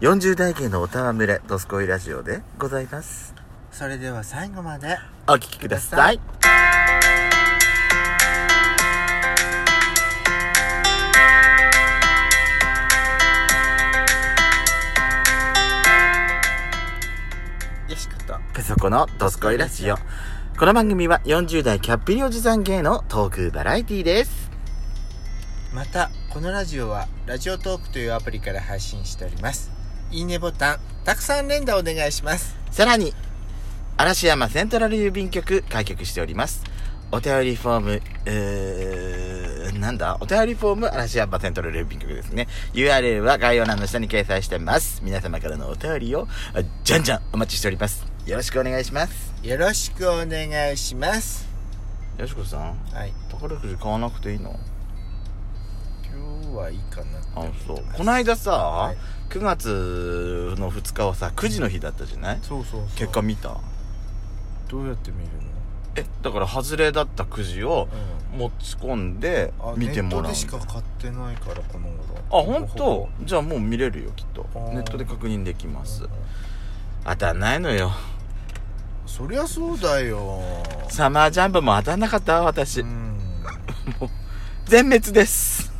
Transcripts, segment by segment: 40代芸のおたわむれ、ドスコイラジオでございます。それでは最後までお聞きください。よしことペソコのドスコイラジオ。この番組は40代キャッピリおじさん芸のトークバラエティーです。またこのラジオはラジオトークというアプリから配信しておりますいいねボタンたくさん連打お願いしますさらに、嵐山セントラル郵便局開局しております。お便りフォーム、えー、なんだお便りフォーム、嵐山セントラル郵便局ですね。URL は概要欄の下に掲載してます。皆様からのお便りを、あじゃんじゃんお待ちしております。よろしくお願いします。よろしくお願いしますよしこさん、はい宝くじ買わなくていいの今日はいいかなってあ思ってそうますこの間さ、はい9月の2日はさ9時の日だったじゃないそうそうそう結果見たどうやって見るえだから外れだったくじをの持ち込んでうんあ見てもらうネットでしんだかあ買ってないからこの頃本当じゃあもう見れるよきっとあーネットで確認できますうん当たんないのよそりゃそうだよサマージャンボも当たんなかったわ私、うん全滅です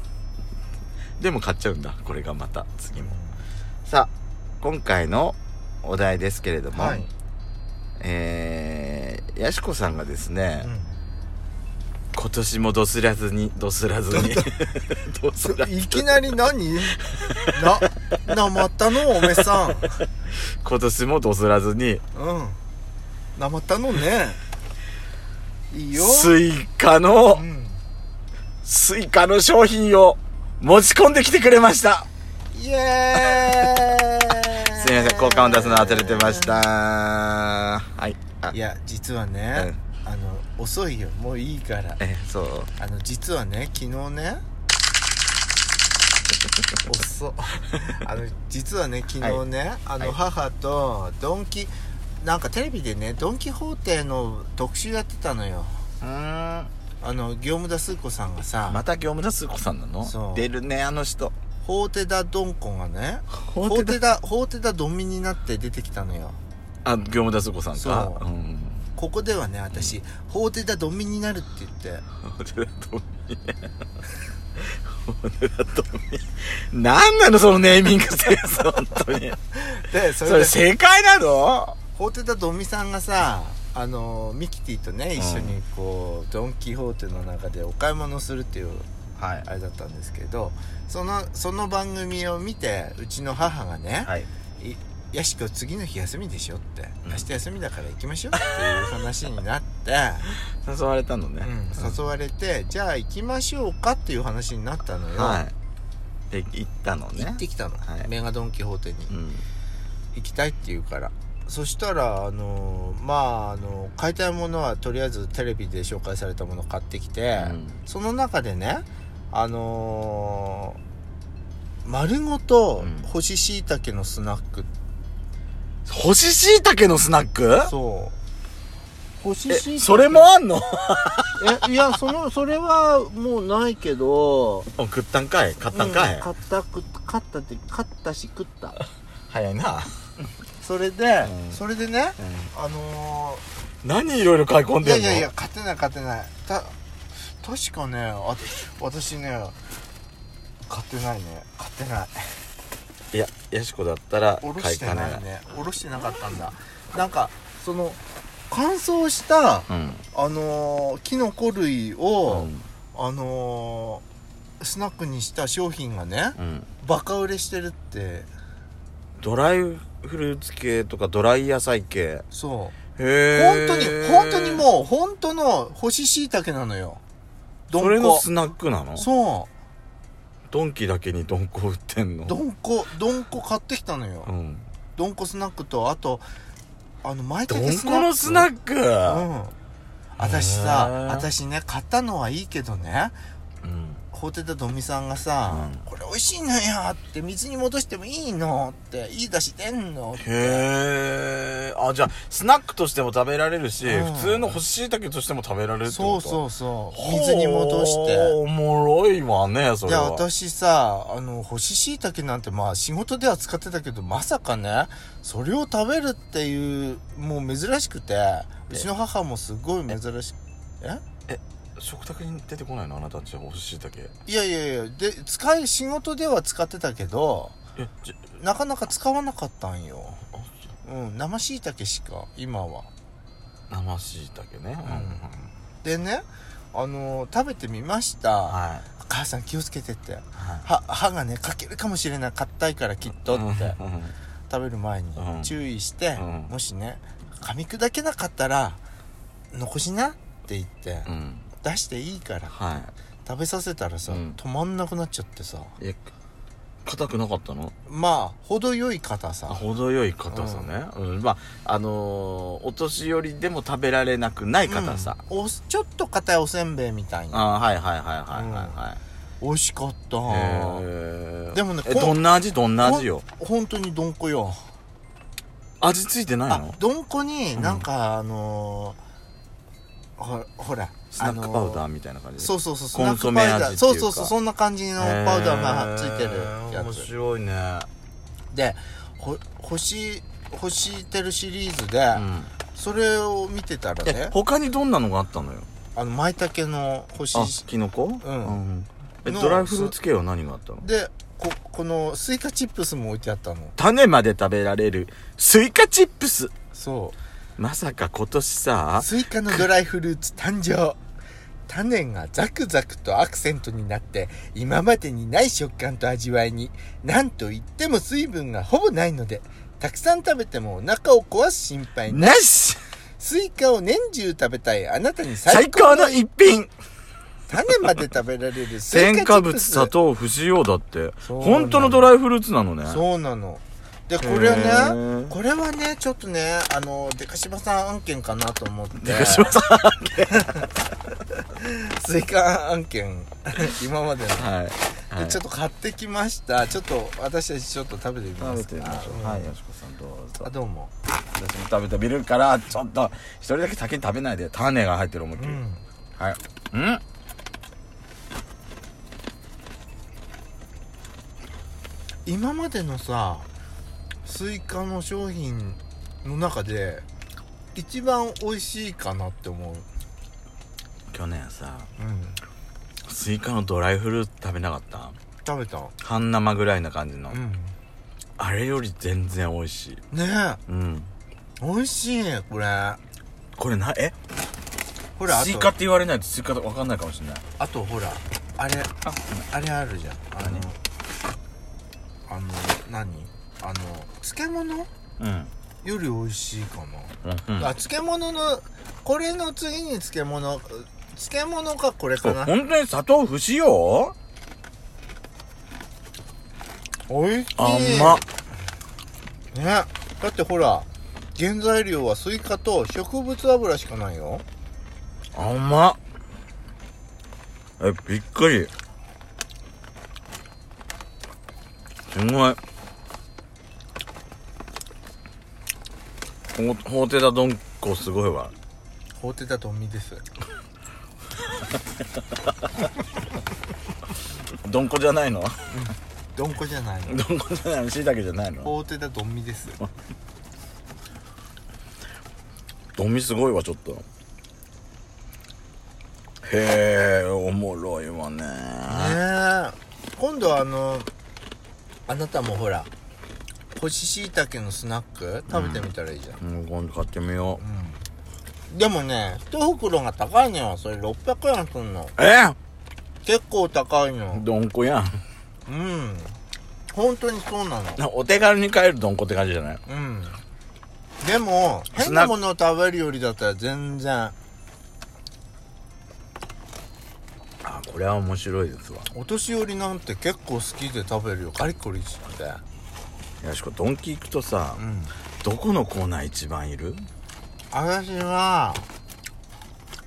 でも買っちゃうんだこれがまた次もさあ今回のお題ですけれども、はい、えー、やしこさんがですね、うん今年もドスらずにドスらずにドスらずいきなり何な、なまったのおめさん。今年もドスらずにうん。なまったのね。いいよ。スイカのうん。スイカの商品を持ち込んできてくれましたイエーイすいません効果音出すの忘れてまし。たはいあいや、実はね、あの、遅いよ。もういいから。えそうあの、実はね、昨日ね、遅っ あの実はね昨日ね、あはいの母とドンキなんかテレビでねドン・キホーテの特集やってたのようーんあの業務田スー子さんがさ、また業務田スー子さんなのそう出るねあの人ホーテダドンコがねほホーテダホーテダドンミになって出てきたのよあ業務田スー子さんかそうんここではね私、ホーテダドンミになるって言ってホテルトミね。ホテルトミ。なんなのそのネーミングセンス、本当に。でそそれでれ正解なのホーテダドンミさんがさあのミキティとね一緒にこう、ドン・キホーテの中でお買い物するっていうはいあれだったんですけどそのその番組を見てうちの母がねはい。いやしこ次の日休みでしょってうん明日休みだから行きましょうっていう話にな って。誘われたのね。うん、誘われて、じゃあ行きましょうかっていう話になったのよ、はい。で、行ったのね。行ってきたの、はいメガドン・キホーテにうん。行きたいって言うからそしたらあのーまああの買いたいものはとりあえずテレビで紹介されたもの買ってきて、うんその中でねあのー丸ごとうん干し椎茸のスナック、干し椎茸のスナックそう干しえ、椎茸それもあんのえいやそのそれはもうないけど食ったんかい買ったんかい、うん買った食った買ったって買ったし食った早いな。それで、うんそれでねあの何いろいろ買い込ーんいやでんのいやいや勝てない勝てないた確かねあ私ね勝てないね勝てないいや、やしこだったらおろ買いしてかなないい。ねおろしてなかったんだなんかその乾燥したうん。あのーキノコ類を、うんあのースナックにした商品がねうん。バカ売れしてるってドライフルーツ系とかドライ野菜系そうへえ本当に、本当にもう、本当の干し椎茸なのよ。どそれんのこ。スナックなのそドンキだけにドンコ売ってんのう。どんこ、どんこ買ってきたのよう。んどんこスナックと、あと、あの、舞ド茸ンスナック。コのスナクックうん。私さへー、私ね、買ったのはいいけどね、うん買うてたドミさんがさ、うんこれ美味しいのやって水に戻してもいいのっていい出汁出んのってへえ。あ、じゃあ、スナックとしても食べられるし、うん普通の干し椎茸としても食べられるってそこうとそううそう水に戻しておもろいわね、そいれやは。私さあの干し椎茸なんてまあ仕事では使ってたけどまさかねそれを食べるっていうもう珍しくてうちの母もすごい珍しくえ食卓に出てこないのあなたたちは干し椎茸。いやいやいやで使い仕事では使ってたけどえ、じなかなか使わなかったんよあそううん生椎茸しか今は生椎茸ね。うんうんでねあの食べてみました、はい。母さん気をつけてってはい歯歯がねかけるかもしれない硬いからきっとってうんうん食べる前にうん注意して、うんもしね噛み砕けなかったら残しなって言って、うん。出していいからは食べさせたらさ、うん止まんなくなっちゃってさい。え、硬くなかったのまあ程よい硬あさ程よい硬さね。うん。まあ、あのーお年寄りでも食べられなくない硬さ。うんおちょっと硬いおせんべいみたいなあーはいはいはいはいはいはい。美味しかったへーでもねえこんどんな味どんな味よほん本当にどんこよ味ついてないあのどんこになんかあのーほほらスナックパウダーーみたいな感じそううそうそうコンソメ味スナックパウダーっていそううかそうそうそんな感じのパウダーがついてるや面つ白いねでほ欲しい欲してるシリーズで、うんそれを見てたらえね他にどんなのがあったのよあの舞茸の干あしキノコうんえのドライフルーツ系は何があったのでここのスイカチップスも置いてあったの種まで食べられるスイカチップスそうまさか今年さスイカのドライフルーツ誕生種がザクザクとアクセントになって今までにない食感と味わいになんといっても水分がほぼないのでたくさん食べてもお腹を壊す心配ななしスイカを年中食べたいあなたに最最高高のの一品種まで食べられるスイカ添チップス加物砂糖不使用だってそうなの本当のドライフルーツなのねそうなのでこへーれねこれはねちょっとねあのデカシバさん案件かなと思ってでかしまさんスイカ案件今までのはいはいちょっと買ってきましたちょっと私たちちょっと食べてみま食べすてかみましょううんはいよしこさんどうぞあどうも私も食べてみるからちょっと一人だけ先に食べないで種が入ってる思いっきり、はいうん今までのさスイカの商品の中で一番美味しいかなって思う去年さうんスイカのドライフルーツ食べなかった食べた半生ぐらいな感じの、うんあれより全然美味しいねうんえ美味しいこれこれなえほらあスイカっとて言われないとスイカと分かんないかもしれないあとほらあれああれあるじゃんあの何あの何あの漬物ようんり美味しいかなうんうんあ漬物のこれの次に漬物う漬物かこれそかうな本当に砂糖不使用おいしい甘っねだってほら原材料はスイカと植物油しかないよ甘っえびっくりすごいほほうてたどんこすごい わほうてたとみですどんこじゃないの どんこじゃないのどんこじゃないのしい たけじゃないのほうてたとみですどみすごいわちょっとへえおもろいわねねえ今度あのあなたもほら干し椎茸のスナック食べてみたらいいじゃん、うん今度買ってみよでもね一袋が高いのよそれ600円すんのうえ結構高いのどんこやんうん本当にそうなのなお手軽に買えるどんこって感じじゃないうんでも変なものを食べるよりだったら全然あこれは面白いですわお年寄りなんて結構好きで食べるよカリコリしてよしこドンキ行くとさ、うんどこのコーナー一番いる私は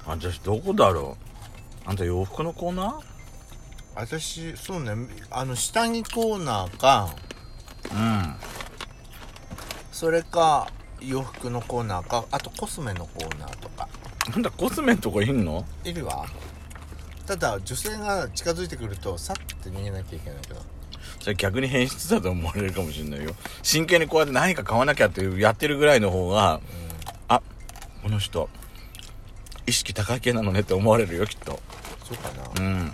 あ私どこだろうあんた洋服のコーナ私そうねあの下着コーナーかうんそれか洋服のコーナーかあとコスメのコーナーとかなんだコスメのとこいんのいるわただ女性が近づいてくるとさって逃げなきゃいけないけどそれ逆に変質だと思われるかもしれないよ真剣にこうやって何か買わなきゃっていうやってるぐらいの方があこの人意識高い系なのねって思われるよきっとそうかな、うん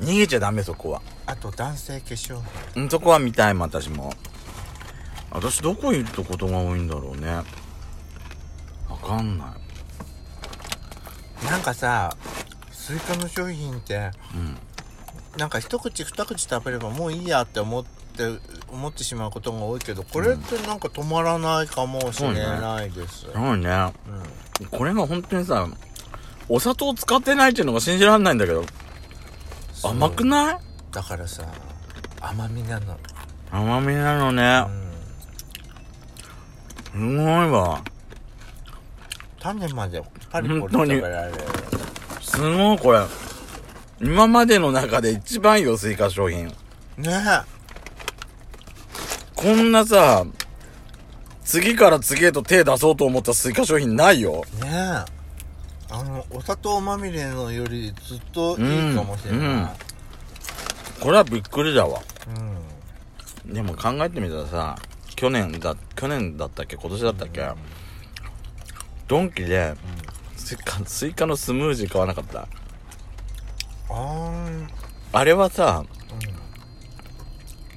逃げちゃダメそこはあと男性化粧品うんそこは見たいもん私も私どこ行ったことが多いんだろうねわかんななんかさスイカの商品っていうんなんか一口二口食べればもういいやって思って思ってしまうことが多いけどこれってなんか止まらないかもしれないです、うんそうねこれが本当にさお砂糖使ってないっていうのが信じられないんだけどそう甘くないだからさ甘みなの、甘みなのねうすん、ごいわ種までパリポリ食べられるすごいこれ今までの中で一番いいよスイカ商品ねこんなさ次から次へと手出そうと思ったスイカ商品ないよえねえあのお砂糖まみれのよりずっとうんいいかもしれないこれはびっくりだわうん、でも考えてみたらさ去年だ去年だったっけ今年だったっけ、ドンキでスイカスイカのスムージー買わなかったあーあれはさうん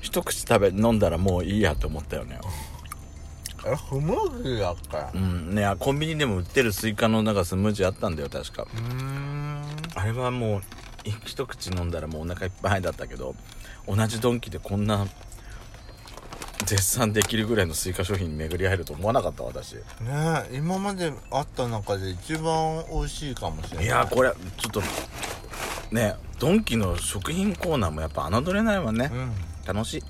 一口食べ飲んだらもういいやと思ったよねえ不毛利だっけうんねコンビニでも売ってるスイカのなんかスムージーあったんだよ確かうーんあれはもうい一口飲んだらもうお腹いっぱいだったけど同じドンキでこんな絶賛できるぐらいのスイカ商品に巡り合えると思わなかった私ねえ今まであった中で一番美味しいかもしれないいやーこれちょっとねドンキの食品コーナーもやっぱ侮れないわねうん楽しい